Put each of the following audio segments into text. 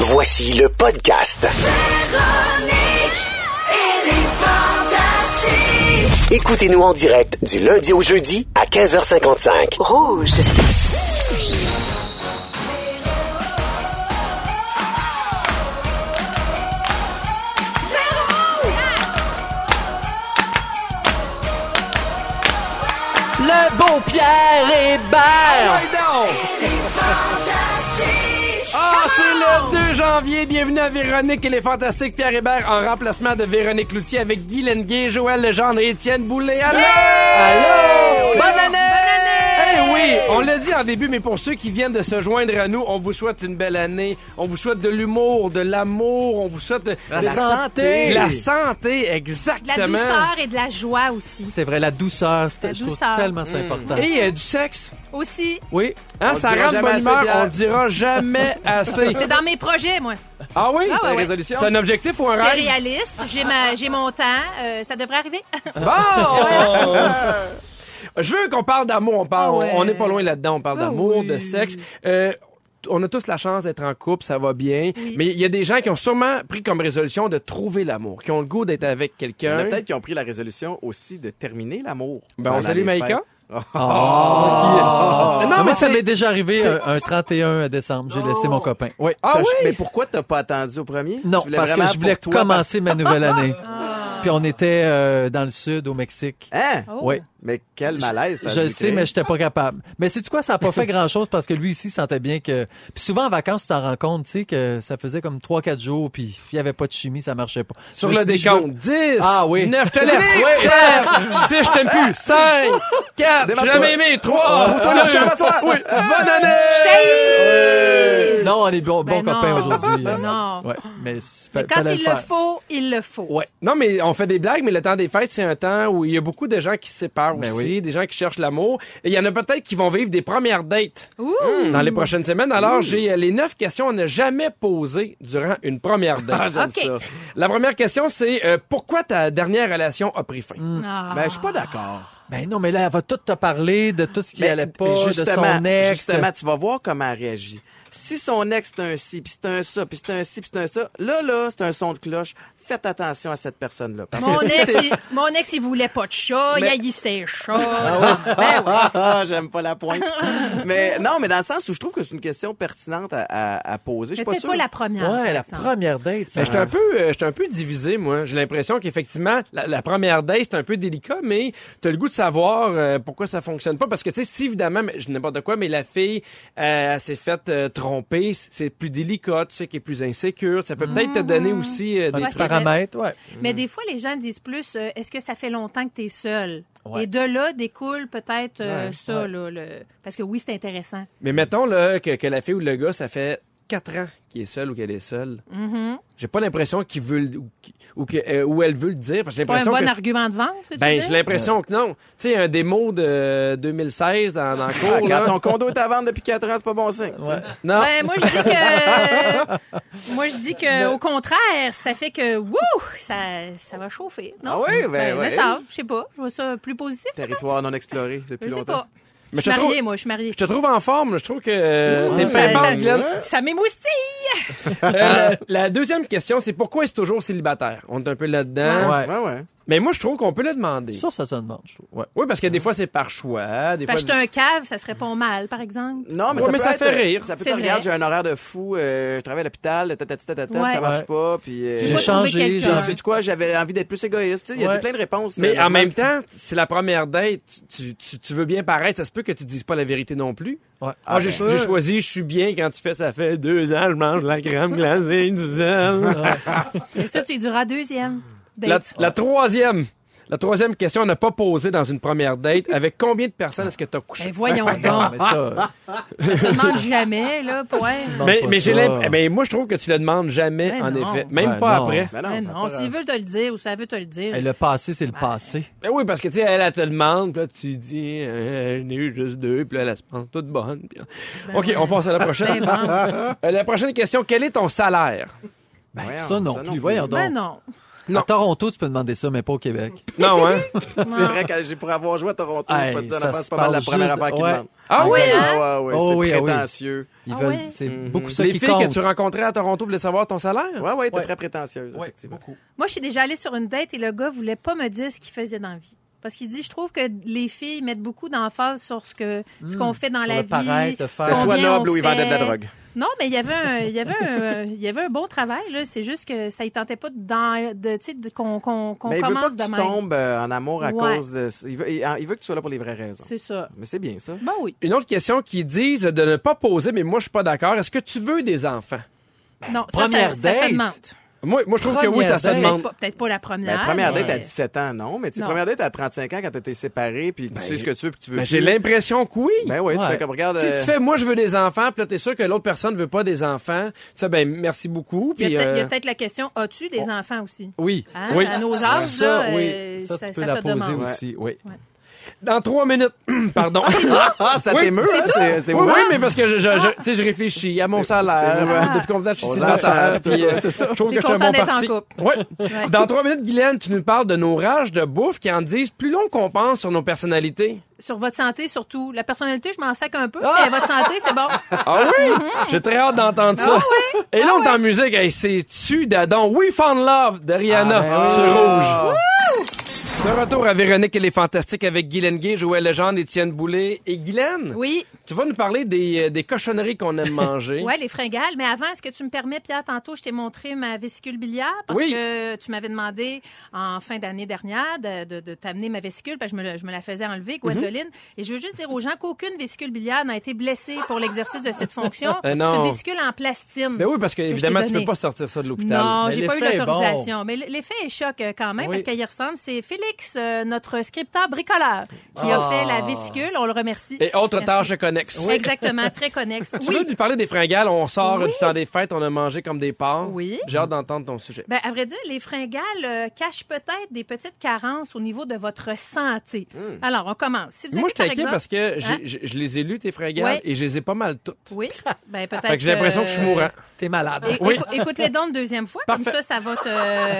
Voici le podcast. Écoutez-nous en direct du lundi au jeudi à 15h55. Rouge. Le beau Pierre Hébert! Ah, c'est le 2 janvier. Bienvenue à Véronique et les Fantastiques. Pierre Hébert en remplacement de Véronique Loutier avec Guy Lenguet, Joël Legendre et Étienne Boulay. Allô! Allô! Bonne année! Eh oui, on l'a dit en début, mais pour ceux qui viennent de se joindre à nous, on vous souhaite une belle année. On vous souhaite de l'humour, de l'amour. On vous souhaite de La santé. De la santé, De la exactement. douceur et de la joie aussi. C'est vrai, la douceur, c'est La je trouve douceur. tellement ça important. Et euh, du sexe. Aussi, Oui, Hein, On ça le dira rend de jamais bonne assez, humeur. Pierre. On le dira jamais assez. c'est dans mes projets, moi. Ah oui? Ah ouais, ouais. Résolution? C'est un objectif ou un C'est rêve? réaliste, j'ai ma- j'ai mon temps, euh, ça devrait arriver. Bon! Je veux qu'on parle d'amour. On parle, Ah ouais. on n'est pas loin là-dedans. On parle Ah d'amour, oui. de sexe. Euh, on a tous la chance d'être en couple, ça va bien. Mais il y a des gens qui ont sûrement pris comme résolution de trouver l'amour, qui ont le goût d'être avec Il y en a quelqu'un. peut-être qui ont pris la résolution aussi de terminer l'amour. Ben, on Pendant salue les Maïka. fêtes. Ah. Non, Non, mais mais ça c'est- m'est déjà arrivé un, un 31 décembre. J'ai laissé mon copain. Oui. Ah T'as- oui? Mais pourquoi t'as pas attendu au premier? Non, Tu voulais parce que vraiment je voulais pour toi, commencer ma nouvelle année. Puis on était euh, dans le sud, au Mexique. parce- Hein? Oh. Oui, Mais quel malaise. ça a je le dû sais, créer. mais j'étais pas capable. Mais c'est tu quoi, ça a pas fait grand-chose parce que lui ici sentait bien que... Puis souvent en vacances, tu t'en rends compte, tu sais, que ça faisait comme 3-4 jours, puis il y avait pas de chimie, ça marchait pas. Sur Je me le suis dit, je veux- décompte, 10, Ah oui. 9, je te laisse, 7, 6, je t'aime plus, 5, 4, j'ai Démarre-toi. jamais aimé, 3, Trouve-toi notre chum à soir. oui, bonne année! Je t'haïs! Non, on est bon, Ben bon copains non. aujourd'hui. hein. Ben non. Ouais, mais c'est- Mais fa- Quand fallait il le faire. faut, il le faut. Ouais. Non, mais on fait des blagues, mais le temps des fêtes, c'est un temps où il y a beaucoup de gens qui se séparent Ben aussi, oui. des gens qui cherchent l'amour. Et il y en a peut-être qui vont vivre des premières dates Ouh! dans les prochaines semaines. Alors, j'ai euh, les neuf questions à ne jamais poser durant une première Ah, date. j'aime Ok. ça. La première question, c'est euh, pourquoi ta dernière relation a pris fin? Ah. Ben, je suis pas d'accord. Ben non, mais là, elle va tout te parler de tout ce qui Mais allait pas, de son ex. Justement, tu vas voir comment elle réagit. Si son ex, c'est un ci, puis c'est un ça, puis c'est un ci, puis c'est un ça, là, là, c'est un son de cloche. Faites attention à cette personne-là. Parce Mon que si ex, c'est- il, mon ex, il voulait pas de chat, il Mais- haïssait les chats. Ben oui. Ah, j'aime pas la pointe. mais non, mais dans le sens où je trouve que c'est une question pertinente à, à- à poser. Je suis Mais pas peut-être sûr. pas la première. par Ouais, la exemple. première date, ça. Ben, j'étais un peu, euh, j'étais un peu divisé, moi. J'ai l'impression qu'effectivement, la, la première date, c'est un peu délicat, mais t'as le goût de savoir euh, pourquoi ça fonctionne pas. Parce que, tu sais, si évidemment, mais- je dis n'importe quoi, mais la fille, euh, elle s'est faite euh, tromper, c- c'est plus délicat, tu sais, qu'elle est plus insécure. Ça peut peut-être te donner aussi euh, des un Ah. Ouais, petit c'est vrai. paramètre, ouais. Mais des fois, les gens disent plus euh, est-ce que ça fait longtemps que tu es seul Ouais. Et de là découle peut-être euh, Ouais, ça, ouais. là, le... parce que oui, c'est intéressant. Mais mettons là, que, que la fille ou le gars, ça fait quatre ans qu'il est seul ou qu'elle est seule. Mhm. J'ai pas l'impression qu'il veut le- ou, qu'il- ou que, euh, ou elle veut le dire. Parce que j'ai Pas un l'impression bon que argument de vente, ça, tu ben, dis? j'ai l'impression que non. Tu sais, un démo de euh, 2016 dans, dans le Ah, cours, quand là. ton condo est à vendre depuis 4 ans, c'est pas bon signe. hein? Ouais. Ah. Non. Ben, moi, je dis que. moi, je dis que, au contraire, ça fait que, wouh, ça, ça va chauffer. Non? Ah oui, ben, mais ouais. ça, je sais pas. Je vois ça plus positif. Territoire non exploré depuis Je sais longtemps. pas. Mais Je suis je te mariée, trouve- moi, je suis mariée. Je te trouve en forme. là. Je trouve que euh, Ouh, t'es ça- pimpante, ça- Glenn. hein? Ça m'émoustille. Euh, la- la deuxième question, c'est pourquoi est-ce toujours célibataire? On est un peu là-dedans. Hein? Ouais. Ouais, ouais. Mais moi, je trouve qu'on peut le demander. Ça, ça sonne bon, je trouve. Ouais. Oui, parce que des fois, c'est par choix. Des Fait fois... que j'étais un cave, ça se répond mal, par exemple. Non, mais Ouais, ça, mais peut ça être- fait rire. Ça peut C'est être, vrai. regarde, j'ai un horaire de fou, euh, je travaille à l'hôpital, ta, ta, ta, ta, ta, ta, Ouais. ça marche Ouais. pas, puis... euh, J'ai J'ai pas trouvé changé, quelqu'un. j'ai- puis sais-tu quoi, j'avais envie d'être plus égoïste, tu sais, il y a Ouais. des- plein de réponses. Mais euh, en même là-dedans. temps, c'est la première date, tu, tu- tu veux bien paraître, ça se peut que tu dises pas la vérité non plus. Ouais. Moi, j'ai j'ai choisi, je suis bien quand tu fais, ça fait deux ans, je mange la crème glacée, du sel. Et ça, tu y diras deuxième. La, Date. la troisième. La troisième question, on n'a pas posé dans une première date. Avec combien de personnes est-ce que tu as couché? Ben voyons Ah, Non, donc. mais ça, Je te demande jamais, là, pour elle. demande Mais, pas mais j'ai ça. l'imp- eh ben, moi, je trouve que tu le demandes jamais, Ben en non. effet. Même Ben pas non. après. Ben non, Ben ça non, a pas s'il veut te le dire ou ça veut te le dire. Hey, le passé, c'est le passé. Ben oui, parce que, tu sais, elle, elle te demande, puis là, tu dis, euh, j'en ai eu juste deux, puis là, elle se pense toute bonne. puis- OK, on passe à la prochaine. Ben non. Euh, la prochaine question, quel est ton salaire? Voyons, ça non Ben, plus, voyons donc. Ben non. Non. À Toronto, tu peux demander ça, mais pas au Québec. Non, hein? C'est vrai que j'ai pour avoir joué à Toronto, Hey, je peux te dire, ça la France, se c'est pas mal la parle première juste- affaire qu'ils ouais. demandent. Ah oui, hein? Ah ouais, ouais, Oh oui, c'est ah oui. prétentieux. Ils Ah veulent, ouais? c'est Mhm. beaucoup ça Les qui filles que compte. tu rencontrais à Toronto voulaient savoir ton salaire? Ouais, ouais, t'es Ouais. très prétentieuse, Ouais, effectivement. Moi, je suis déjà allée sur une date et le gars voulait pas me dire ce qu'il faisait dans la vie. Parce qu'il dit, je trouve que les filles mettent beaucoup d'emphase sur ce que ce Hmm, qu'on fait dans sur la le paraître, vie. le Combien Que faire. soit on noble ou il fait? vendait de la drogue. Non, mais il y avait un, il y avait un, il y avait un bon travail. Là. C'est juste que ça ne tentait pas d'en- de, tu sais, de, qu'on, qu'on, qu'on Mais il veut pas commence que tu demain. tombes euh, en amour à Ouais. cause de... Il veut, il- il veut que tu sois là pour les vraies raisons. C'est ça. Mais c'est bien, ça. Ben oui. Une autre question qui disent de ne pas poser, mais moi, je suis pas d'accord. Est-ce que tu veux des enfants? Non, ça, Première ça, ça, se date. demande. Moi, moi je trouve que oui, ça se Première Peut-être demande. pas, peut-être pas la La première. Ben, première mais- date à 17 ans, non, mais tu sais, Non. première date à 35 ans quand t'étais séparé, puis tu sais ce que tu veux, puis tu veux. Ben, plus. J'ai l'impression que oui. Ben oui, Ouais. tu fais comme regarde. Si euh, tu fais, moi, je veux des enfants, puis là, t'es sûr que l'autre personne veut pas des enfants, tu sais, ben, merci beaucoup. Il y, puis, a peut-être, il y a euh, peut-être la question, as-tu des enfants aussi? Oui. Hein? Oui. À nos âges, Ça, là, euh, oui. Ça, tu peux ça la se poser demande. aussi. Oui. Dans trois minutes, pardon. Ah, ça Oui, t'émeut, hein, c'est c'est Oui, ouais. oui, mais parce que je, je, je, Ah. tu sais, je réfléchis à mon salaire. c'était- euh, Depuis combien de temps je suis Aux célibataire? affaires, Puis, euh, tout, c'est ça. je trouve T'es que je suis un content bon d'être parti. en couple. Ouais. Ouais. Dans trois minutes, Guylaine, tu nous parles de nos rages de bouffe qui en disent plus long qu'on pense sur nos personnalités. Sur votre santé, surtout. La personnalité, je m'en sac un peu, Ah! mais votre santé, c'est bon. Ah oui? Mhm. J'ai très hâte d'entendre Ah ça. Et là, on est en musique. Hey, C'est-tu d'Adon? We Found Love de Rihanna Ah, ben oui. sur Rouge. De retour à Véronique et les Fantastiques avec Guylaine Gay, Joël Legendre, Étienne Boulay. Et Guylaine, Oui. tu vas nous parler des, euh, des cochonneries qu'on aime manger. Oui, les fringales. Mais avant, est-ce que tu me permets, Pierre, tantôt, je t'ai montré ma vésicule biliaire parce Oui. que tu m'avais demandé en fin d'année dernière de, de- de t'amener ma vésicule parce que je me, la- je me la faisais enlever, Gwendoline. Et je veux juste dire aux gens qu'aucune vésicule biliaire n'a été blessée pour l'exercice de cette fonction. Eh non. C'est une vésicule en plastine. Ben oui, parce que, je évidemment, t'ai tu peux donné. pas sortir ça de l'hôpital. Non, Mais j'ai pas eu l'effet est l'autorisation. Mais l'effet est choc euh, quand même Oui. parce qu'elle y ressemble. C'est Félix, euh, notre scripteur bricoleur, qui a Ah. fait la vésicule. On le remercie. Et autre Merci. tâche connexe. Exactement, très connexe. Tu Oui. veux nous parler des fringales? On sort euh, du temps des fêtes, on a mangé comme des porcs. Oui. J'ai hâte d'entendre ton sujet. Ben, à vrai dire, les fringales euh, cachent peut-être des petites carences au niveau de votre santé. Alors, on commence. Si vous Hmm. Moi, avez, je t'inquiète par exemple- parce que j'ai- Hein? j'ai- je les ai lus, tes fringales, Ouais. et je les ai pas mal toutes. Oui, ben, peut-être. Fait que j'ai l'impression que je suis euh, mourant. T'es malade. É- Oui. écou- Écoute les dons une deuxième fois, comme ça, ça va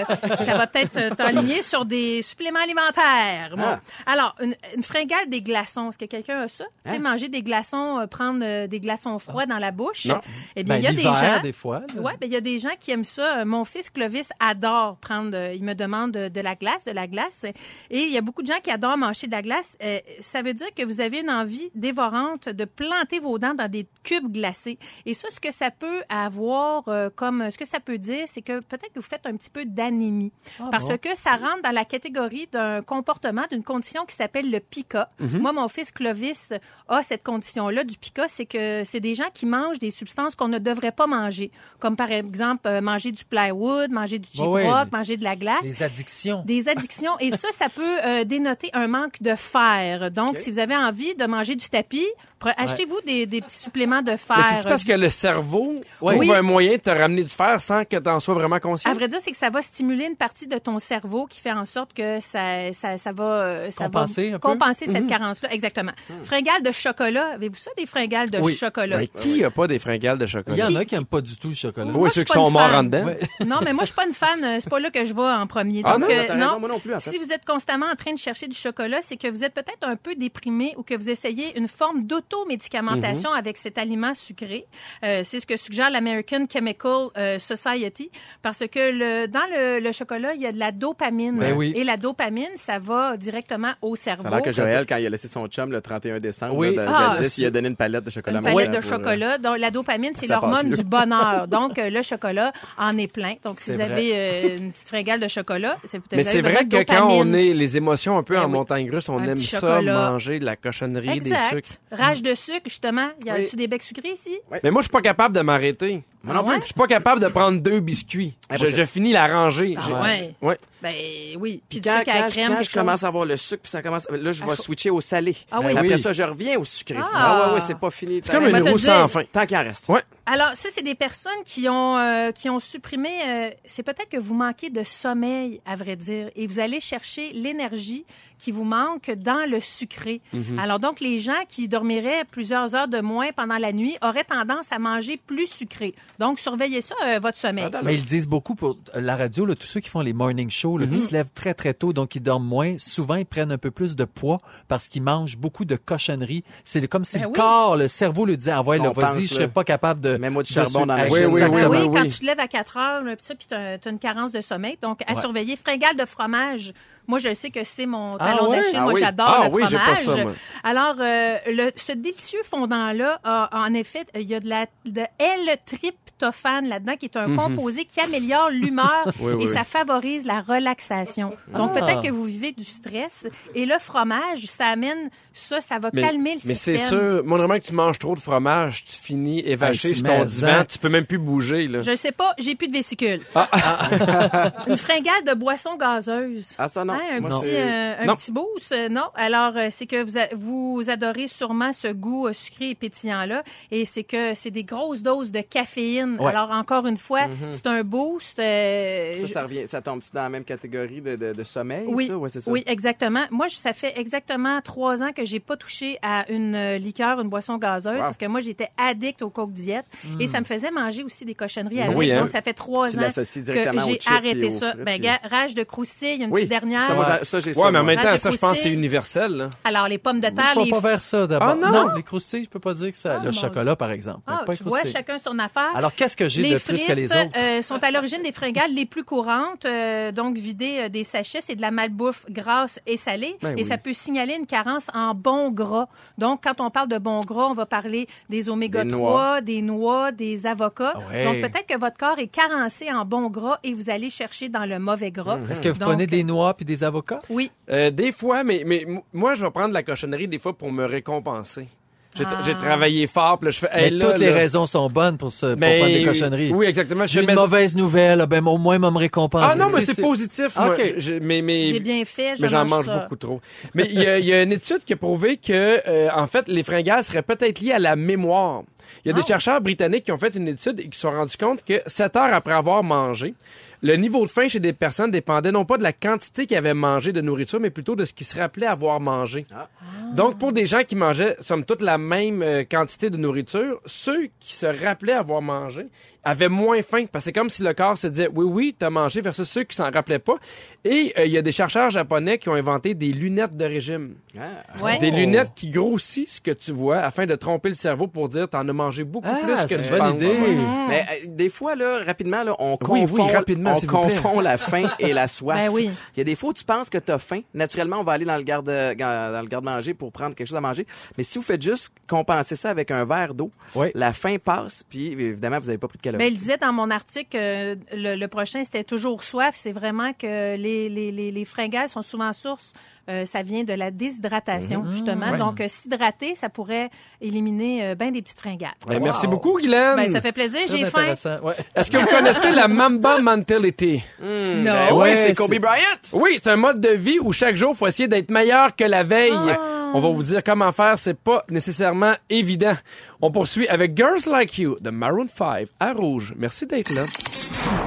te, ça va peut-être t'aligner sur des suppléments alimentaires. Bon. Ah. Alors, une, une fringale des glaçons, est-ce que quelqu'un a ça Hein? Tu sais, manger des glaçons, euh, prendre euh, des glaçons froids dans la bouche. Ah. Non. Eh bien, Ben, il y a des l'hiver, gens. des fois. là. Ouais, ben il y a des gens qui aiment ça. Euh, Mon fils Clovis adore prendre. euh, il me demande de, de la glace, de la glace. Et il y a beaucoup de gens qui adorent manger de la glace. Euh, ça veut dire que vous avez une envie dévorante de planter vos dents dans des cubes glacés. Et ça, ce que ça peut avoir euh, comme, ce que ça peut dire, c'est que peut-être que vous faites un petit peu d'anémie Ah, parce bon. que ça rentre dans la catégorie d'un comportement, d'une condition qui s'appelle le pica. Mhm. Moi, mon fils Clovis a cette condition-là du pica, c'est que c'est des gens qui mangent des substances qu'on ne devrait pas manger, comme par exemple euh, manger du plywood, manger du cheap Bah ouais, rock, les- manger de la glace. Les addictions. Des addictions. Et ça, ça peut euh, dénoter un manque de fer. Donc, si vous avez envie de manger du tapis, pre- achetez-vous des, des petits suppléments de fer. Mais c'est parce que le cerveau Ouais. trouve Oui. un moyen de te ramener du fer sans que t'en sois vraiment conscient? À vrai dire, c'est que ça va stimuler une partie de ton cerveau qui fait en sorte que ça, ça, ça va euh, ça va Compenser un peu. Mhm. Hmm. compenser cette carence-là. Exactement. Fringales de chocolat. Avez-vous ça, des fringales de Oui. chocolat? Mais Ben, qui a pas des fringales de chocolat? Il y en a Qui- qui n'aiment pas du tout le chocolat. Moi, Oui, je ceux suis qui pas sont une morts fan. en dedans. Ouais. Non, mais moi, je suis pas une fan. euh, C'est pas là que je vais en premier. Ah Donc, non, euh, mais t'as raison, moi non plus, en fait. Si vous êtes constamment en train de chercher du chocolat, c'est que vous êtes peut-être un peu déprimé ou que vous essayez une forme d'automédicamentation avec cet aliment sucré. Euh, c'est ce que suggère l'American Chemical euh, Society parce que le, dans le, le chocolat, il y a de la dopamine. Ben oui. Et la dopamine, ça va directement au cerveau. Ça a l'air que Joël, quand il a laissé son chum le 31 décembre, Oui. là, de- Ah, jadis, il a donné une palette de chocolat. Une palette maintenant de pour, euh, chocolat. Donc, la dopamine, c'est Ça passe l'hormone mieux. du bonheur. Donc, euh, le chocolat en est plein. Donc, si C'est vous vrai. avez euh, une petite fringale de chocolat, c'est peut-être Mais vous c'est avez vrai besoin de que quand dopamine. on est les émotions un peu Ben en oui. montagne russe, on Un aime petit ça, chocolat. manger de la cochonnerie, des sucres. Exact. Rage de sucre, justement. Y a-tu des becs sucrés ici? Mais moi, je suis pas capable de m'arrêter. Moi non Ah ouais? plus. Je suis pas capable de prendre deux biscuits. Je, je finis la rangée. Ah J'ai- ouais. Ouais. Ben oui. Puis Puis du quand, sucre à la quand- crème, quand quelque je commence chose. à avoir le sucre, puis ça commence. Là, je vais switcher au salé. Ah oui. Après Oui. ça, je reviens au sucré. Ah. Ah, ouais, ouais, c'est pas fini. C'est comme Mais une moi, te roue dis- sans fin. Tant qu'il en reste. Ouais. Alors, ça, c'est des personnes qui ont, euh, qui ont supprimé... euh, c'est peut-être que vous manquez de sommeil, à vrai dire, et vous allez chercher l'énergie qui vous manque dans le sucré. Mhm. Hmm. Alors, donc, les gens qui dormiraient plusieurs heures de moins pendant la nuit auraient tendance à manger plus sucré. Donc, surveillez ça, euh, votre sommeil. Ah, Mais ils disent beaucoup pour euh, la radio, là, tous ceux qui font les morning shows, Mhm. là, qui se lèvent très très tôt, donc ils dorment moins. Souvent, ils prennent un peu plus de poids parce qu'ils mangent beaucoup de cochonneries. C'est comme si Ben le oui. corps, le cerveau lui disait, ah ouais, là, On pense, vas-y, je là. serais pas capable de. Mets-moi du charbon dans la suivre. gueule. Oui, oui, Ah oui, oui, oui. quand tu te lèves à 4 heures, là, pis ça, puis t'as t'as une carence de sommeil. Donc, à Ouais. surveiller. Fringale de fromage. Moi, je sais que c'est mon Ah talon ouais? d'Achille. Ah moi, oui. j'adore Ah le oui, j'ai pas fromage. ça, moi. Alors, euh, le- ce délicieux fondant-là, a- en effet, il y a de la de L-tryptophane là-dedans, qui est un composé qui améliore l'humeur Mhm. Oui, oui, oui. et ça favorise la relaxation. Donc, Ah. peut-être que vous vivez du stress. Et le fromage, ça amène ça, ça va Mais, calmer le mais système. c'est sûr, moi, vraiment que tu manges trop de fromage, tu finis évaché Hey, sur ton mais divan, ça. tu peux même plus bouger. Là. Je sais pas, j'ai plus de vésicule. une fringale de boisson gazeuse. Ah, ça, non. Hein, un Moi, petit, c'est- euh, un Non. petit boost, euh, non? Alors, euh, c'est que vous, a- vous adorez sûrement ce goût euh, sucré et pétillant-là. Et c'est que c'est des grosses doses de caféine. Ouais. Alors, encore une fois, c'est un boost. euh, Mm-hmm. Ça, je- ça, revient, ça tombe-tu dans la même catégorie de, de, de sommeil, Oui. ça? Ouais, c'est ça. Oui, exactement. Moi, je- ça fait exactement trois ans que j'ai pas touché à une euh, liqueur, une boisson gazeuse, Wow. Mm. parce que moi, j'étais addict au Coke Diète. Et ça me faisait manger aussi des cochonneries avec. Oui, hein. Donc, ça fait trois Tu ans l'associes que directement au j'ai chip et arrêté au ça. frit, Ben, puis- ga- rage de croustille, une Oui, petite dernière. ça, moi, j'a- ça, j'ai ça. Ouais, mais en moi. même temps, Fromage ça, je écoussé. pense que c'est universel. Là. Alors, les pommes de Moi, terre, Je ne les pas vers ça d'abord. Ah, non? les croustilles, je peux pas dire que ça. Ah, le mon chocolat, par exemple. Ah, pas les tu vois, croustilles. chacun son affaire. Alors, qu'est-ce que j'ai les de frites plus que les autres? euh, sont à l'origine des fringales les plus courantes. euh, donc, vider euh, des sachets, c'est de la malbouffe grasse et salée. Ben et oui. ça peut signaler une carence en bon gras. Donc, quand on parle de bon gras, on va parler des oméga-3, Des noix. des noix, des avocats. Ouais. Donc, peut-être que votre corps est carencé en bon gras et vous allez chercher dans le mauvais gras. Est-ce que vous Donc, euh, prenez des noix puis des avocats? Oui. Euh, des fois, mais, mais m- moi, je vais prendre la cochonnerie des fois pour me récompenser. J'ai tra- Ah. j'ai travaillé fort, puis là, je fais... hey, Mais là, toutes les là, raisons sont bonnes pour, se, pour mais- prendre des cochonneries. Oui, exactement. Je J'ai fais, une mais- mauvaise nouvelle, ah, ben au moins, ils vont me récompenser. Ah non, mais Tu sais, c'est positif. Ah, moi. ok. Je- je- mais, mais- J'ai bien fait, je mais j'en mange mange ça. beaucoup trop. Mais il y, a- il y a une étude qui a prouvé que, euh, en fait, les fringales seraient peut-être liées à la mémoire. Il y a des Ah. chercheurs britanniques qui ont fait une étude et qui se sont rendus compte que 7 heures après avoir mangé, le niveau de faim chez des personnes dépendait non pas de la quantité qu'ils avaient mangé de nourriture, mais plutôt de ce qu'ils se rappelaient avoir mangé. Ah. Donc, pour des gens qui mangeaient, somme toute, la même euh, quantité de nourriture, ceux qui se rappelaient avoir mangé avaient moins faim. Parce que c'est comme si le corps se disait oui, oui, t'as mangé, versus ceux qui s'en rappelaient pas. Et euh, il y a des chercheurs japonais qui ont inventé des lunettes de régime. Ah. Ouais. Oh. Des lunettes qui grossissent ce que tu vois afin de tromper le cerveau pour dire t'en as mangé beaucoup Ah, plus que c'est tu une bonne penses. idée. Mais euh, des fois, là, rapidement, là, on Oui, oui, confond, rapidement, on s'il vous plaît. confond la faim et la soif. Ben oui. Il y a des fois où tu penses que tu as faim. Naturellement, on va aller dans le garde dans le garde-manger pour prendre quelque chose à manger. Mais si vous faites juste compenser ça avec un verre d'eau, Oui. la faim passe, puis évidemment, vous n'avez pas pris de Ben, calories. il disait dans mon article que le, le prochain, c'était toujours soif. C'est vraiment que les, les, les, les fringales sont souvent source. euh, ça vient de la déshydratation, justement. Ouais. Donc, euh, s'hydrater, ça pourrait éliminer euh, ben des petites fringales. Ben, Merci Wow. beaucoup, Guylaine. Ben, ça fait plaisir, très j'ai faim. intéressant. Ouais. Est-ce que vous connaissez la Mamba Mentality? Hmm, Non. Ouais, ben oui, c'est c'est- Kobe Bryant. Oui, c'est un mode de vie où chaque jour, faut essayer d'être meilleur que la veille. On va vous dire comment faire, c'est pas nécessairement évident. On poursuit avec Girls Like You de Maroon 5 à Rouge. Merci d'être là.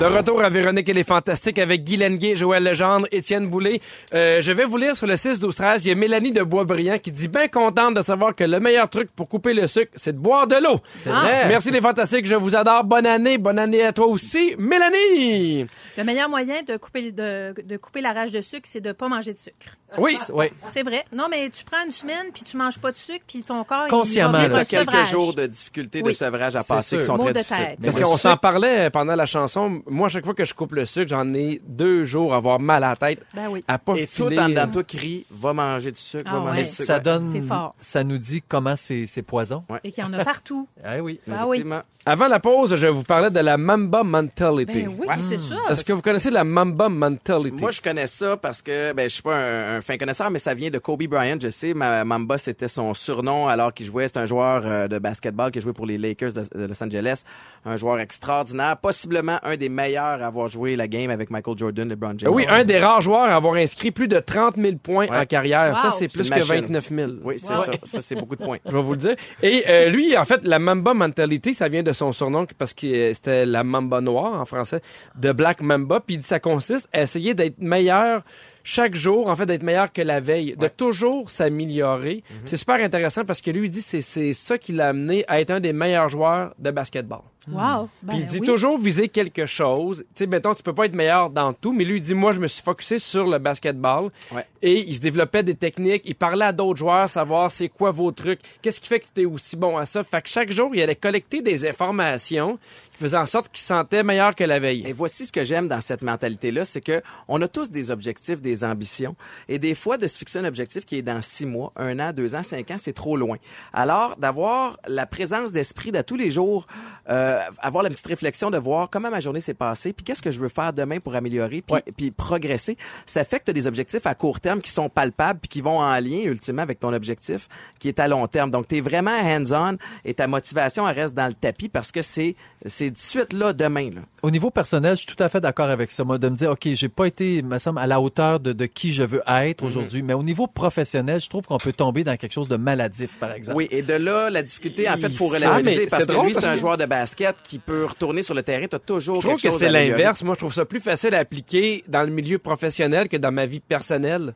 De retour à Véronique et les Fantastiques avec Guy Lenguet, Joël Legendre, Étienne Boulay. Euh, je vais vous lire sur le 6-12-13. Il y a Mélanie de Boisbriand qui dit bien contente de savoir que le meilleur truc pour couper le sucre, c'est de boire de l'eau. Ah. vrai. Merci les Fantastiques, je vous adore. Bonne année, bonne année à toi aussi. Mélanie! Le meilleur moyen de couper, de, de couper la rage de sucre, c'est de pas manger de sucre. Oui, Ouais. C'est vrai. Non, mais tu prends une semaine, puis tu manges pas de sucre, puis ton corps, Consciemment, il va vivre là. un Quelques sevrage. jours de difficulté de Oui. sevrage à C'est passer sûr. qui sont Maux très de difficiles. tête. Mais Parce oui. qu'on s'en parlait pendant la chanson. Moi, à chaque fois que je coupe le sucre, j'en ai deux jours à avoir mal à la tête, Ben oui. à pas Et tout en filer. dedans, de toi crie, va manger du sucre, Ah va manger ouais. Mais du sucre. ça Ouais. C'est donne, fort. ça nous dit comment c'est c'est poison. Et qu'il y en a partout. Ah oui. Ben oui. Effectivement. Avant la pause, je vous parlais de la Mamba Mentality. Ben oui, c'est ça. Est-ce que vous connaissez la Mamba Mentality? Moi, je connais ça parce que ben, je suis pas un, un fin connaisseur, mais ça vient de Kobe Bryant. Je sais, ma, Mamba, c'était son surnom alors qu'il jouait. C'est un joueur euh, de basketball qui jouait pour les Lakers de, de Los Angeles. Un joueur extraordinaire, possiblement un des meilleurs à avoir joué la game avec Michael Jordan, LeBron Euh, James. oui, un des rares joueurs à avoir inscrit plus de 30 000 points Ouais. en carrière. Ça, Wow. c'est C'est plus une que machine. 29 000. Oui, c'est ça. Ça, c'est beaucoup de points. Je vais vous le dire. Et euh, lui, en fait, la Mamba Mentality, ça vient de son surnom parce que euh, c'était la Mamba Noire en français, de Black Mamba. Puis ça consiste à essayer d'être meilleur chaque jour, en fait, d'être meilleur que la veille, de toujours s'améliorer. C'est super intéressant parce que lui, il dit que c'est ça qui l'a amené à être un des meilleurs joueurs de basketball. Wow. Ben, Puis il dit oui. toujours viser quelque chose. Tu sais, mettons, tu peux pas être meilleur dans tout, mais lui, il dit, moi, je me suis focusé sur le basketball. Ouais. Et il se développait des techniques. Il parlait à d'autres joueurs, savoir c'est quoi vos trucs. Qu'est-ce qui fait que tu es aussi bon à ça? Fait que chaque jour, il allait collecter des informations qui faisaient en sorte qu'il se sentait meilleur que la veille. Et voici ce que j'aime dans cette mentalité-là, c'est que on a tous des objectifs, des ambitions, et des fois de se fixer un objectif qui est dans six mois, un an, deux ans, cinq ans, c'est trop loin. Alors d'avoir la présence d'esprit de tous les jours, euh, avoir la petite réflexion de voir comment ma journée s'est passée, puis qu'est-ce que je veux faire demain pour améliorer, puis, puis progresser. Ça fait que t'as des objectifs à court terme qui sont palpables, puis qui vont en lien ultimement avec ton objectif qui est à long terme. Donc t'es vraiment hands-on et ta motivation elle reste dans le tapis parce que c'est c'est de suite là demain là. Au niveau personnel, je suis tout à fait d'accord avec ça. Moi, de me dire, OK, j'ai pas été, me semble, à la hauteur de, de qui je veux être aujourd'hui. Mais au niveau professionnel, je trouve qu'on peut tomber dans quelque chose de maladif, par exemple. Oui, et de là, la difficulté, en fait, Il- faut Ah, relativiser mais parce c'est que drôle lui, c'est parce un que- joueur de basket qui peut retourner sur le terrain. T'as toujours Je trouve quelque que chose c'est à améliorer. l'inverse. Moi, je trouve ça plus facile à appliquer dans le milieu professionnel que dans ma vie personnelle.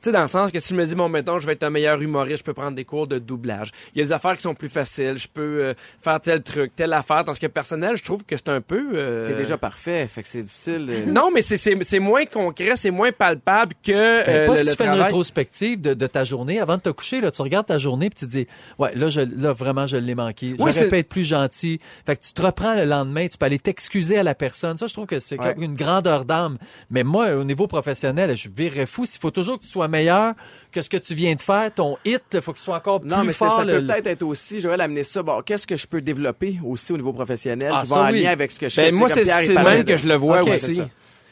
Tu sais, dans le sens que si je me dis, bon, mettons, je vais être un meilleur humoriste, je peux prendre des cours de doublage. Il y a des affaires qui sont plus faciles, je peux euh, faire tel truc, telle affaire. Dans ce que personnel, je trouve que c'est un peu... euh, T'es déjà parfait, fait que c'est difficile. euh. Non, mais c'est- c'est c'est moins concret, c'est moins palpable que Ben, euh, pas le, si le tu fais une travail. rétrospective de, de ta journée avant de te coucher là tu regardes ta journée puis tu dis ouais là je là vraiment je l'ai manqué Oui, j'aurais c'est- pu être plus gentil fait que tu te reprends le lendemain tu peux aller t'excuser à la personne ça je trouve que c'est Ouais. comme une grandeur d'âme mais moi au niveau professionnel je virais fou s'il faut toujours que tu sois meilleur que ce que tu viens de faire ton hit il faut que ce soit encore Non, plus mais c'est- fort ça le- peut peut-être être aussi, Joël, amener ça. Bon, qu'est-ce que je peux développer aussi au niveau professionnel Ah, qui ça, va en oui. lien avec ce que je fais? Ben, Tu sais, moi, comme c'est Pierre, il c'est le parlait même de- que je le vois Ok, c'est aussi. ça. Tu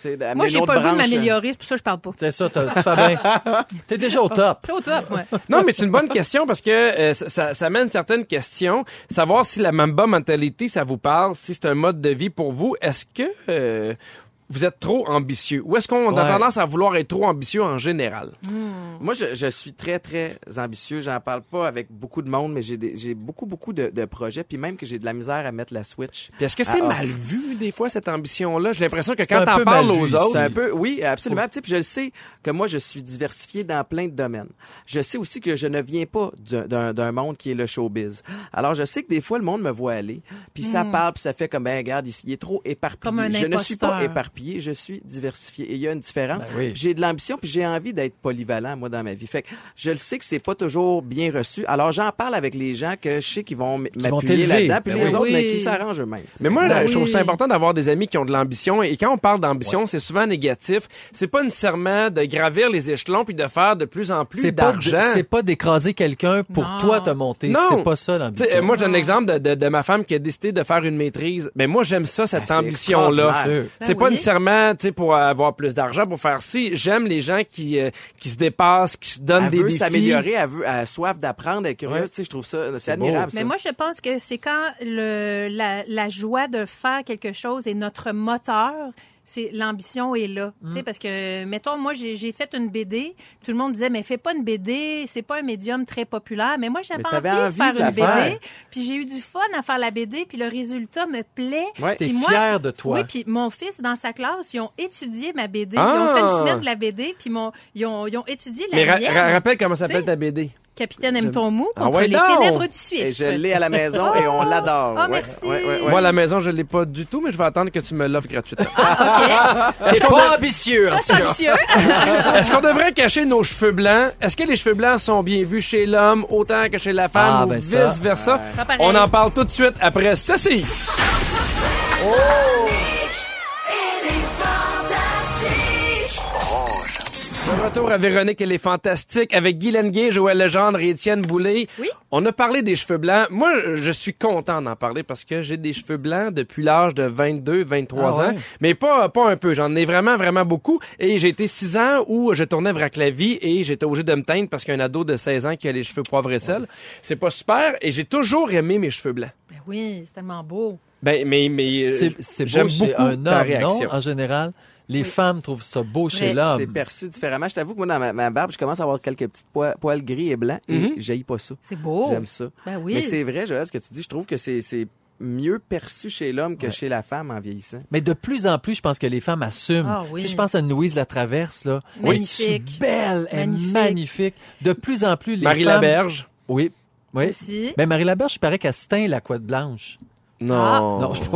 sais, d'amener Moi, j'ai une pas autre le goût de branche. m'améliorer, c'est pour ça que je parle pas. c'est ça t'as- tu fais bien t'es déjà au top Je suis au top, moi. Non, mais c'est une bonne question parce que euh, ça, ça, ça amène certaines questions. Savoir si la Mamba mentalité, ça vous parle, si c'est un mode de vie pour vous. Est-ce que euh, vous êtes trop ambitieux? Ou est-ce qu'on a Ouais. tendance à vouloir être trop ambitieux en général? Moi, je, je suis très, très ambitieux. J'en parle pas avec beaucoup de monde, mais j'ai des- j'ai beaucoup, beaucoup de, de projets, puis même que j'ai de la misère à mettre la Switch. Puis est-ce que c'est Ah, ah. mal vu, des fois, cette ambition-là? J'ai l'impression que C'est quand un t'en peu parles mal vu, aux ça. autres... C'est un peu, oui, absolument. Tu sais, puis je le sais que moi, je suis diversifié dans plein de domaines. Je sais aussi que je ne viens pas d'un- d'un d'un monde qui est le showbiz. Alors, je sais que des fois, le monde me voit aller, puis ça parle, puis ça fait comme, ben, regarde, ici, il est trop éparpillé. Hmm. Comme un je ne suis pas imposteur. éparpillé, je suis diversifié. Et il y a une différence. Ben oui. Puis J'ai de l'ambition, puis j'ai envie d'être polyvalent, moi, dans ma vie. Fait que je le sais que c'est pas toujours bien reçu. Alors, j'en parle avec les gens que je sais qu'ils vont m- vont m'appuyer t'élever. là-dedans, puis Ben les oui. autres, mais Oui. qui s'arrangent eux-mêmes. Mais moi, Ben je trouve oui. ça important d'avoir des amis qui ont de l'ambition. Et quand on parle d'ambition, c'est souvent négatif. C'est pas nécessairement de gravir les échelons puis de faire de plus en plus c'est pas d'argent. c'est pas d'écraser quelqu'un pour Non. toi te monter Non. c'est pas ça Tu sais, euh, l'ambition moi, je donne l'exemple de, de, de ma femme qui a décidé de faire une maîtrise. Mais moi, j'aime ça, cette Ben, c'est ambition-là. extraordinaire. Sûr. Ben C'est pas oui. nécessairement tu sais, pour avoir plus d'argent, pour faire ci. J'aime les gens qui, euh, qui se dépassent, qui se donnent elle des veut défis. s'améliorer, elle veut, elle a soif d'apprendre, elle est curieuse. Ouais. Tu sais, je trouve ça, c'est beau. admirable. Mais ça. moi, je pense que c'est quand le, la, la joie de faire quelque chose est notre moteur. C'est l'ambition est là, Tu sais, parce que mettons moi j'ai j'ai fait une BD, tout le monde disait mais fais pas une BD, c'est pas un médium très populaire, mais moi j'avais Mais t'avais envie, envie de de faire la une faire. BD, puis j'ai eu du fun à faire la BD, puis le résultat me plaît. Ouais. t'es Puis moi- fier de toi Oui, puis mon fils dans sa classe, ils ont étudié ma BD, ils Ah! ont fait une semaine de la BD, puis mon- ils ont ils ont étudié la Mais ra- mienne. ra- rappelle comment s'appelle Tu sais, ta BD. Capitaine aime ton mou Ah contre ouais, les donc! ténèbres du Suisse. Et Eh, je l'ai à la maison et on l'adore. Ah, Ouais, merci. ouais, ouais, ouais. Moi, à la maison, je l'ai pas du tout, mais je vais attendre que tu me l'offres gratuitement. Ah, OK. c'est pas ambitieux hein. Ça, c'est ambitieux. Est-ce qu'on devrait cacher nos cheveux blancs? Est-ce que les cheveux blancs sont bien vus chez l'homme autant que chez la femme Ah, ou ben ça. vice-versa? Pas pareil. On en parle tout de suite après ceci. De Retour à Véronique, elle est fantastique. Avec Guy Lenguet, Joël Legendre et Étienne Boulay. Oui. On a parlé des cheveux blancs. Moi, je suis content d'en parler parce que j'ai des cheveux blancs depuis l'âge de 22, 23 Ah ans. ouais? Mais pas, pas un peu. J'en ai vraiment, vraiment beaucoup. Et j'ai été 6 ans où je tournais vrac la vie et j'étais obligé de me teindre parce qu'un ado de 16 ans qui a les cheveux poivre et sel. C'est pas super. Et j'ai toujours aimé mes cheveux blancs. Ben oui, c'est tellement beau. Ben, mais, mais, euh, C'est c'est beau j'aime chez beaucoup un ta homme, réaction. non? En général, les femmes trouvent ça beau chez Oui. C'est l'homme. perçu différemment. Je t'avoue que moi, dans ma, ma barbe, je commence à avoir quelques petites poils, poils gris et blancs et Mhm. j'haïs pas ça. C'est beau. J'aime ça. Ben oui. Mais c'est vrai, Joël, ce que tu dis, je trouve que c'est c'est mieux perçu chez l'homme que chez la femme en vieillissant. Mais de plus en plus, je pense que les femmes assument. Ah oui. Tu sais, je pense à Louise la Traverse là. Magnifique. Elle est belle, elle est Magnifique. magnifique. De plus en plus les Marie femmes. Ah. Laberge. Oui, oui. Aussi. Ben- Mais Marie Laberge, il paraît qu'elle se teint la couette blanche. Non. Non, je suis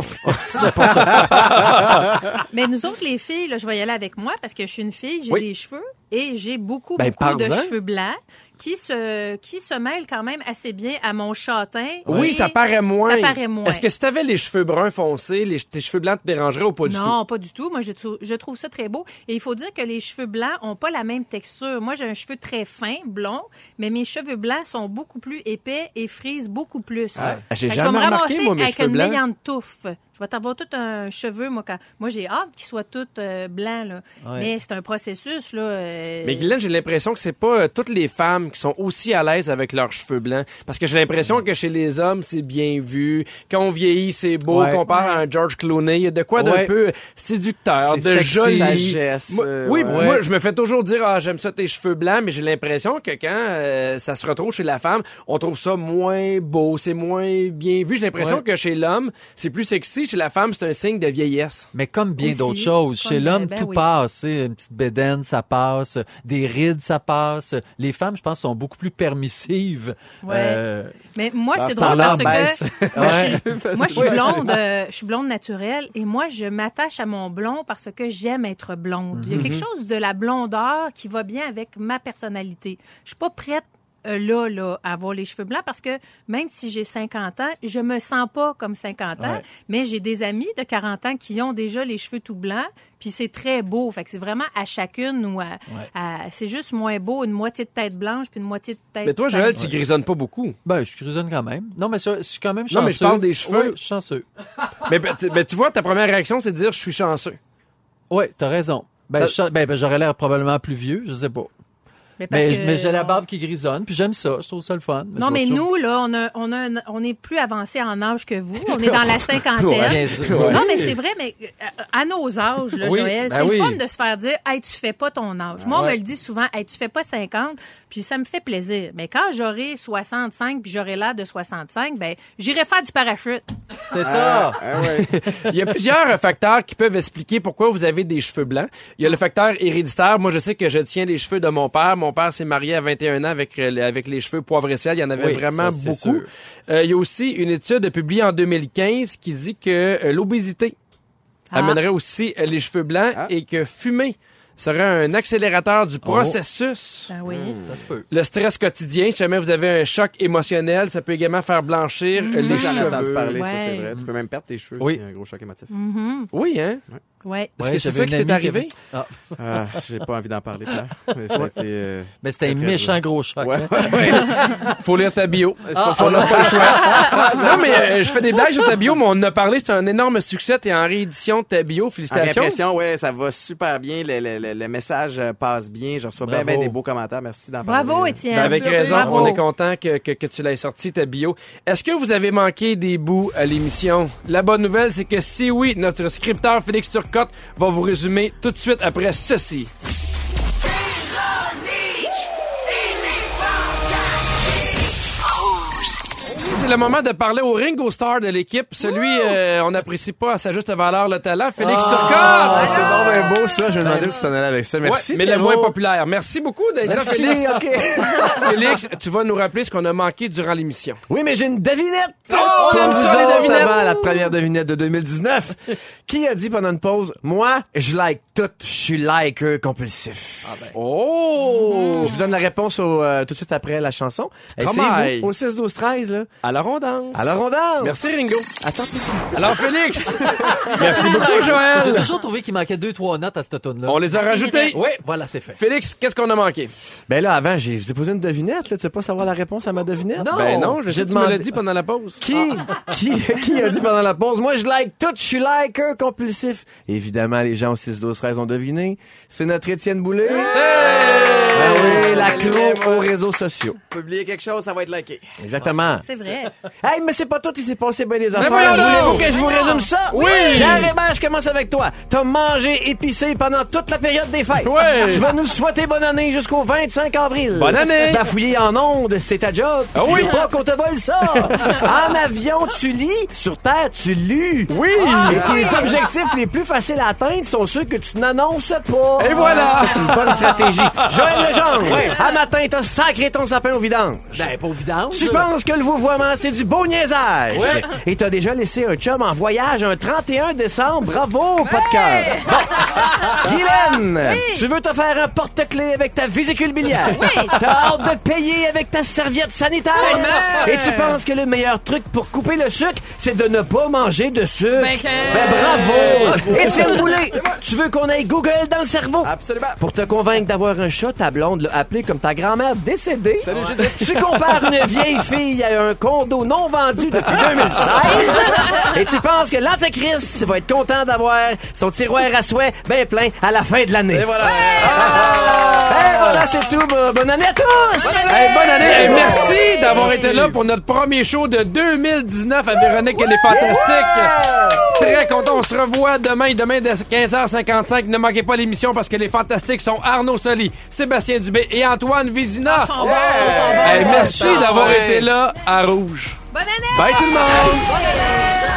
pas Mais nous autres, les filles, là, je vais y aller avec moi parce que je suis une fille, j'ai Oui. des cheveux et j'ai beaucoup, Ben, beaucoup de parle-en. cheveux blancs qui se, qui se mêlent quand même assez bien à mon châtain. Oui, Et ça paraît moins. Ça paraît moins. Est-ce que si t'avais les cheveux bruns foncés, les- tes cheveux blancs te dérangeraient ou pas du non, pas du tout. Moi, je, trou- je trouve ça très beau. Et il faut dire que les cheveux blancs ont pas la même texture. Moi, j'ai un cheveu très fin, blond, mais mes cheveux blancs sont beaucoup plus épais et frisent beaucoup plus. tout? Ah, J'ai Fait que je vais jamais me remarqué, ramasser moi, mes avec cheveux une blancs. méchante touffe. Je vais t'avoir tout un cheveu, moi. Quand... Moi, j'ai hâte qu'il soit tout euh, blanc, là. Ouais. Mais c'est un processus, là. euh, Mais Guylaine, j'ai l'impression que c'est pas euh, toutes les femmes qui sont aussi à l'aise avec leurs cheveux blancs. Parce que j'ai l'impression que chez les hommes, c'est bien vu. Quand on vieillit, c'est beau. Ouais. Qu'on parle à un George Clooney, il y a de quoi d'un Ouais. peu séducteur, de C'est sexy. joli. Sagesse, Moi- euh, oui, ouais. moi, je me fais toujours dire, ah, j'aime ça tes cheveux blancs, mais j'ai l'impression que quand euh, ça se retrouve chez la femme, on trouve ça moins beau, c'est moins bien vu. J'ai l'impression Ouais. que chez l'homme, c'est plus sexy. Chez la femme, c'est un signe de vieillesse. Mais comme bien Aussi, d'autres choses, comme- chez l'homme, ben tout oui. passe. tu sais, Une petite bédaine, ça passe. Des rides, ça passe. Les femmes, je pense, sont beaucoup plus permissives. Ouais. Euh, Mais moi, Dans Ah, c'est ce drôle temps-là, parce on que moi, ouais. je suis- moi, je suis blonde, euh, je suis blonde naturelle et moi, je m'attache à mon blond parce que j'aime être blonde. Il y a Mhm. quelque chose de la blondeur qui va bien avec ma personnalité. Je suis pas prête euh, là, là, à avoir les cheveux blancs parce que même si j'ai 50 ans, je me sens pas comme 50 ans, Ouais. mais j'ai des amis de 40 ans qui ont déjà les cheveux tout blancs, puis c'est très beau. Fait que c'est vraiment à chacune ou à, à- c'est juste moins beau, une moitié de tête blanche puis une moitié de tête Mais toi, teinte Joël, tu grisonnes pas beaucoup. Ben, je crisonne quand même. Non, mais ça, je suis quand même chanceux. Non, mais je parle des cheveux. Ouais, chanceux. mais, peut- mais tu vois, ta première réaction, c'est de dire, je suis chanceux. Ouais, t'as raison. Ben, Ça- je sens- ben, ben, j'aurais l'air probablement plus vieux, je sais pas. parce Mais, que- mais j'ai la barbe qui grisonne, puis j'aime ça, je trouve ça le fun. Non, Je mais trouve- nous, là, on, a, on, a un- on est plus avancé en âge que vous. On est dans la cinquantaine. Ouais, Bien sûr. Non, mais c'est vrai, mais euh, à nos âges, là, Oui, Joël, ben c'est oui. le fun de se faire dire Hey, tu fais pas ton âge. Ben Moi, on ouais. me le dit souvent, Hey, tu fais pas 50, puis ça me fait plaisir. Mais quand j'aurai 65, puis j'aurai l'air de 65, ben j'irai faire du parachute. C'est ça. Ah ouais. Il y a plusieurs euh, facteurs qui peuvent expliquer pourquoi vous avez des cheveux blancs. Il y a le facteur héréditaire. Moi, je sais que je tiens les cheveux de mon père. Mon père s'est marié à 21 ans avec, euh, le- avec les cheveux poivre et sel. Il y en avait Oui, vraiment ça, c'est beaucoup. sûr. Euh, il y a aussi une étude publiée en 2015 qui dit que euh, l'obésité Ah. amènerait aussi euh, les cheveux blancs Ah. et que fumer serait un accélérateur Oh. du processus. Ben oui. Ça se peut. Le stress quotidien, si jamais vous avez un choc émotionnel, ça peut également faire blanchir euh, Mm. Ça, les j'en ai entendu cheveux. parler, ça, Ouais. c'est vrai. Tu peux même perdre tes cheveux, Oui. c'est un gros choc émotif. Mm. Oui, hein? Ouais. Est-ce Ouais, que c'est j'avais ça une qui t'est amie arrivé? avait- Ah, Ah, j'ai pas envie d'en parler, Pierre. Mais ça a été, euh, mais c'était un Très, très méchant gros choc. Ouais, hein. ouais. Faut lire ta bio. on n'a pas le Ah, choix. non, mais euh, je fais des blagues sur ta bio, mais on en a parlé. C'est un énorme succès. T'es en réédition de ta bio. En Félicitations. réimpression, ouais, ça va super bien. Le, le- le- le message euh, passe bien. Je reçois bien, Bravo. bien des beaux commentaires. Merci d'en parler. Bravo, Euh, Étienne. Ben, avec raison, Bravo. on est content que, que, que tu l'aies sorti, ta bio. Est-ce que vous avez manqué des bouts à l'émission? La bonne nouvelle, c'est que si oui, notre scripteur Félix Turcotte va vous résumer tout de suite après ceci. C'est le moment de parler au Ringo Star de l'équipe, celui euh, on n'apprécie pas à sa juste valeur le talent, Félix Ah, Turcotte. c'est bon, ben beau ça. Je me demandais où tu t'en allais avec ça. Ouais, Merci. mais le Pierrot. moins populaire. Merci beaucoup d'être là, Merci, Félix. ok. Félix, tu vas nous rappeler ce qu'on a manqué durant l'émission. Oui, mais j'ai une devinette. Oh, on Pour aime vous ça, les autres, devinettes. avant la première devinette de 2019. Qui a dit pendant une pause, moi, je like tout, je suis liker compulsif. Ah, ben. Oh! Je vous donne la réponse au, euh, tout de suite après la chanson. travail. Essayez-vous au 6 12 13 là. Alors on danse. Alors on danse. Merci Ringo. Attends. tout de suite. Alors Félix. Merci beaucoup J'ai Joël. toujours trouvé qu'il manquait deux, trois notes à cette tune là On les a rajoutés. Oui, voilà, c'est fait. Félix, qu'est-ce qu'on a manqué? Ben là avant, j'ai j'ai déposé une devinette là, tu sais pas savoir la réponse à ma devinette Non. Ben non, je J'ai sais que tu me l'as demandé- dit pendant la pause. Qui, qui, qui a dit pendant la pause, moi je like tout, je suis liker compulsif. Évidemment, les gens au 6 12 13 ont deviné. C'est notre Étienne Boulay. Ah oui, la clé aux réseaux sociaux. Publier quelque chose, ça va être liké. Exactement. C'est vrai. Hey, mais c'est pas tout, il s'est passé bien des affaires. voyons donc! Voulez-vous que je vous résume ça? Oui! Pierre Hébert, je commence avec toi. T'as mangé épicé pendant toute la période des fêtes. Oui! Tu vas nous souhaiter bonne année jusqu'au 25 avril. Bonne année! Bafouiller en ondes, c'est ta job. Ah Tu oui! veux pas qu'on te vole ça! en avion, tu lis. Sur terre, tu lus. Oui! Et tes objectifs les plus faciles à atteindre sont ceux que tu n'annonces pas. Ah, Et voilà! Ça, C'est une bonne stratégie. Joël légende. À matin, t'as sacré ton sapin au vidange. Ben, pas au vidange. Tu penses que le vouvoiement, c'est du beau niaisage. Et t'as déjà laissé un chum en voyage un 31 décembre. Bravo, pas de cœur. Bon. Guylaine, tu veux te faire un porte-clés avec ta vésicule biliaire. T'as hâte de payer avec ta serviette sanitaire. Tellement. Et tu penses que le meilleur truc pour couper le sucre, c'est de ne pas manger de sucre. Ben, que- Ben, bravo. Étienne Boulay, tu veux qu'on aille Google dans le cerveau? Absolument. Pour te convaincre d'avoir un chat, ta blonde l'a appelé comme ta grand-mère décédée. Tu compares une vieille fille à un condo non vendu depuis 2016 et tu penses que l'antéchrist va être content d'avoir son tiroir à souhait bien plein à la fin de l'année. Et voilà. Ben voilà, c'est tout. Bo- Bonne année à tous! Hey, bonne année! Hey, merci d'avoir été là pour notre premier show de 2019 à Véronique et les Fantastiques. Très content. On se revoit demain. Demain, dès 15h55. Ne manquez pas l'émission parce que les Fantastiques sont Arnaud Soli, Sébastien Dubé et Antoine Vézina. Ils sont bons, ils sont bons. Hey, merci Ah, Ouais. d'avoir été là à Rouge. Bonne année! Bye tout le monde!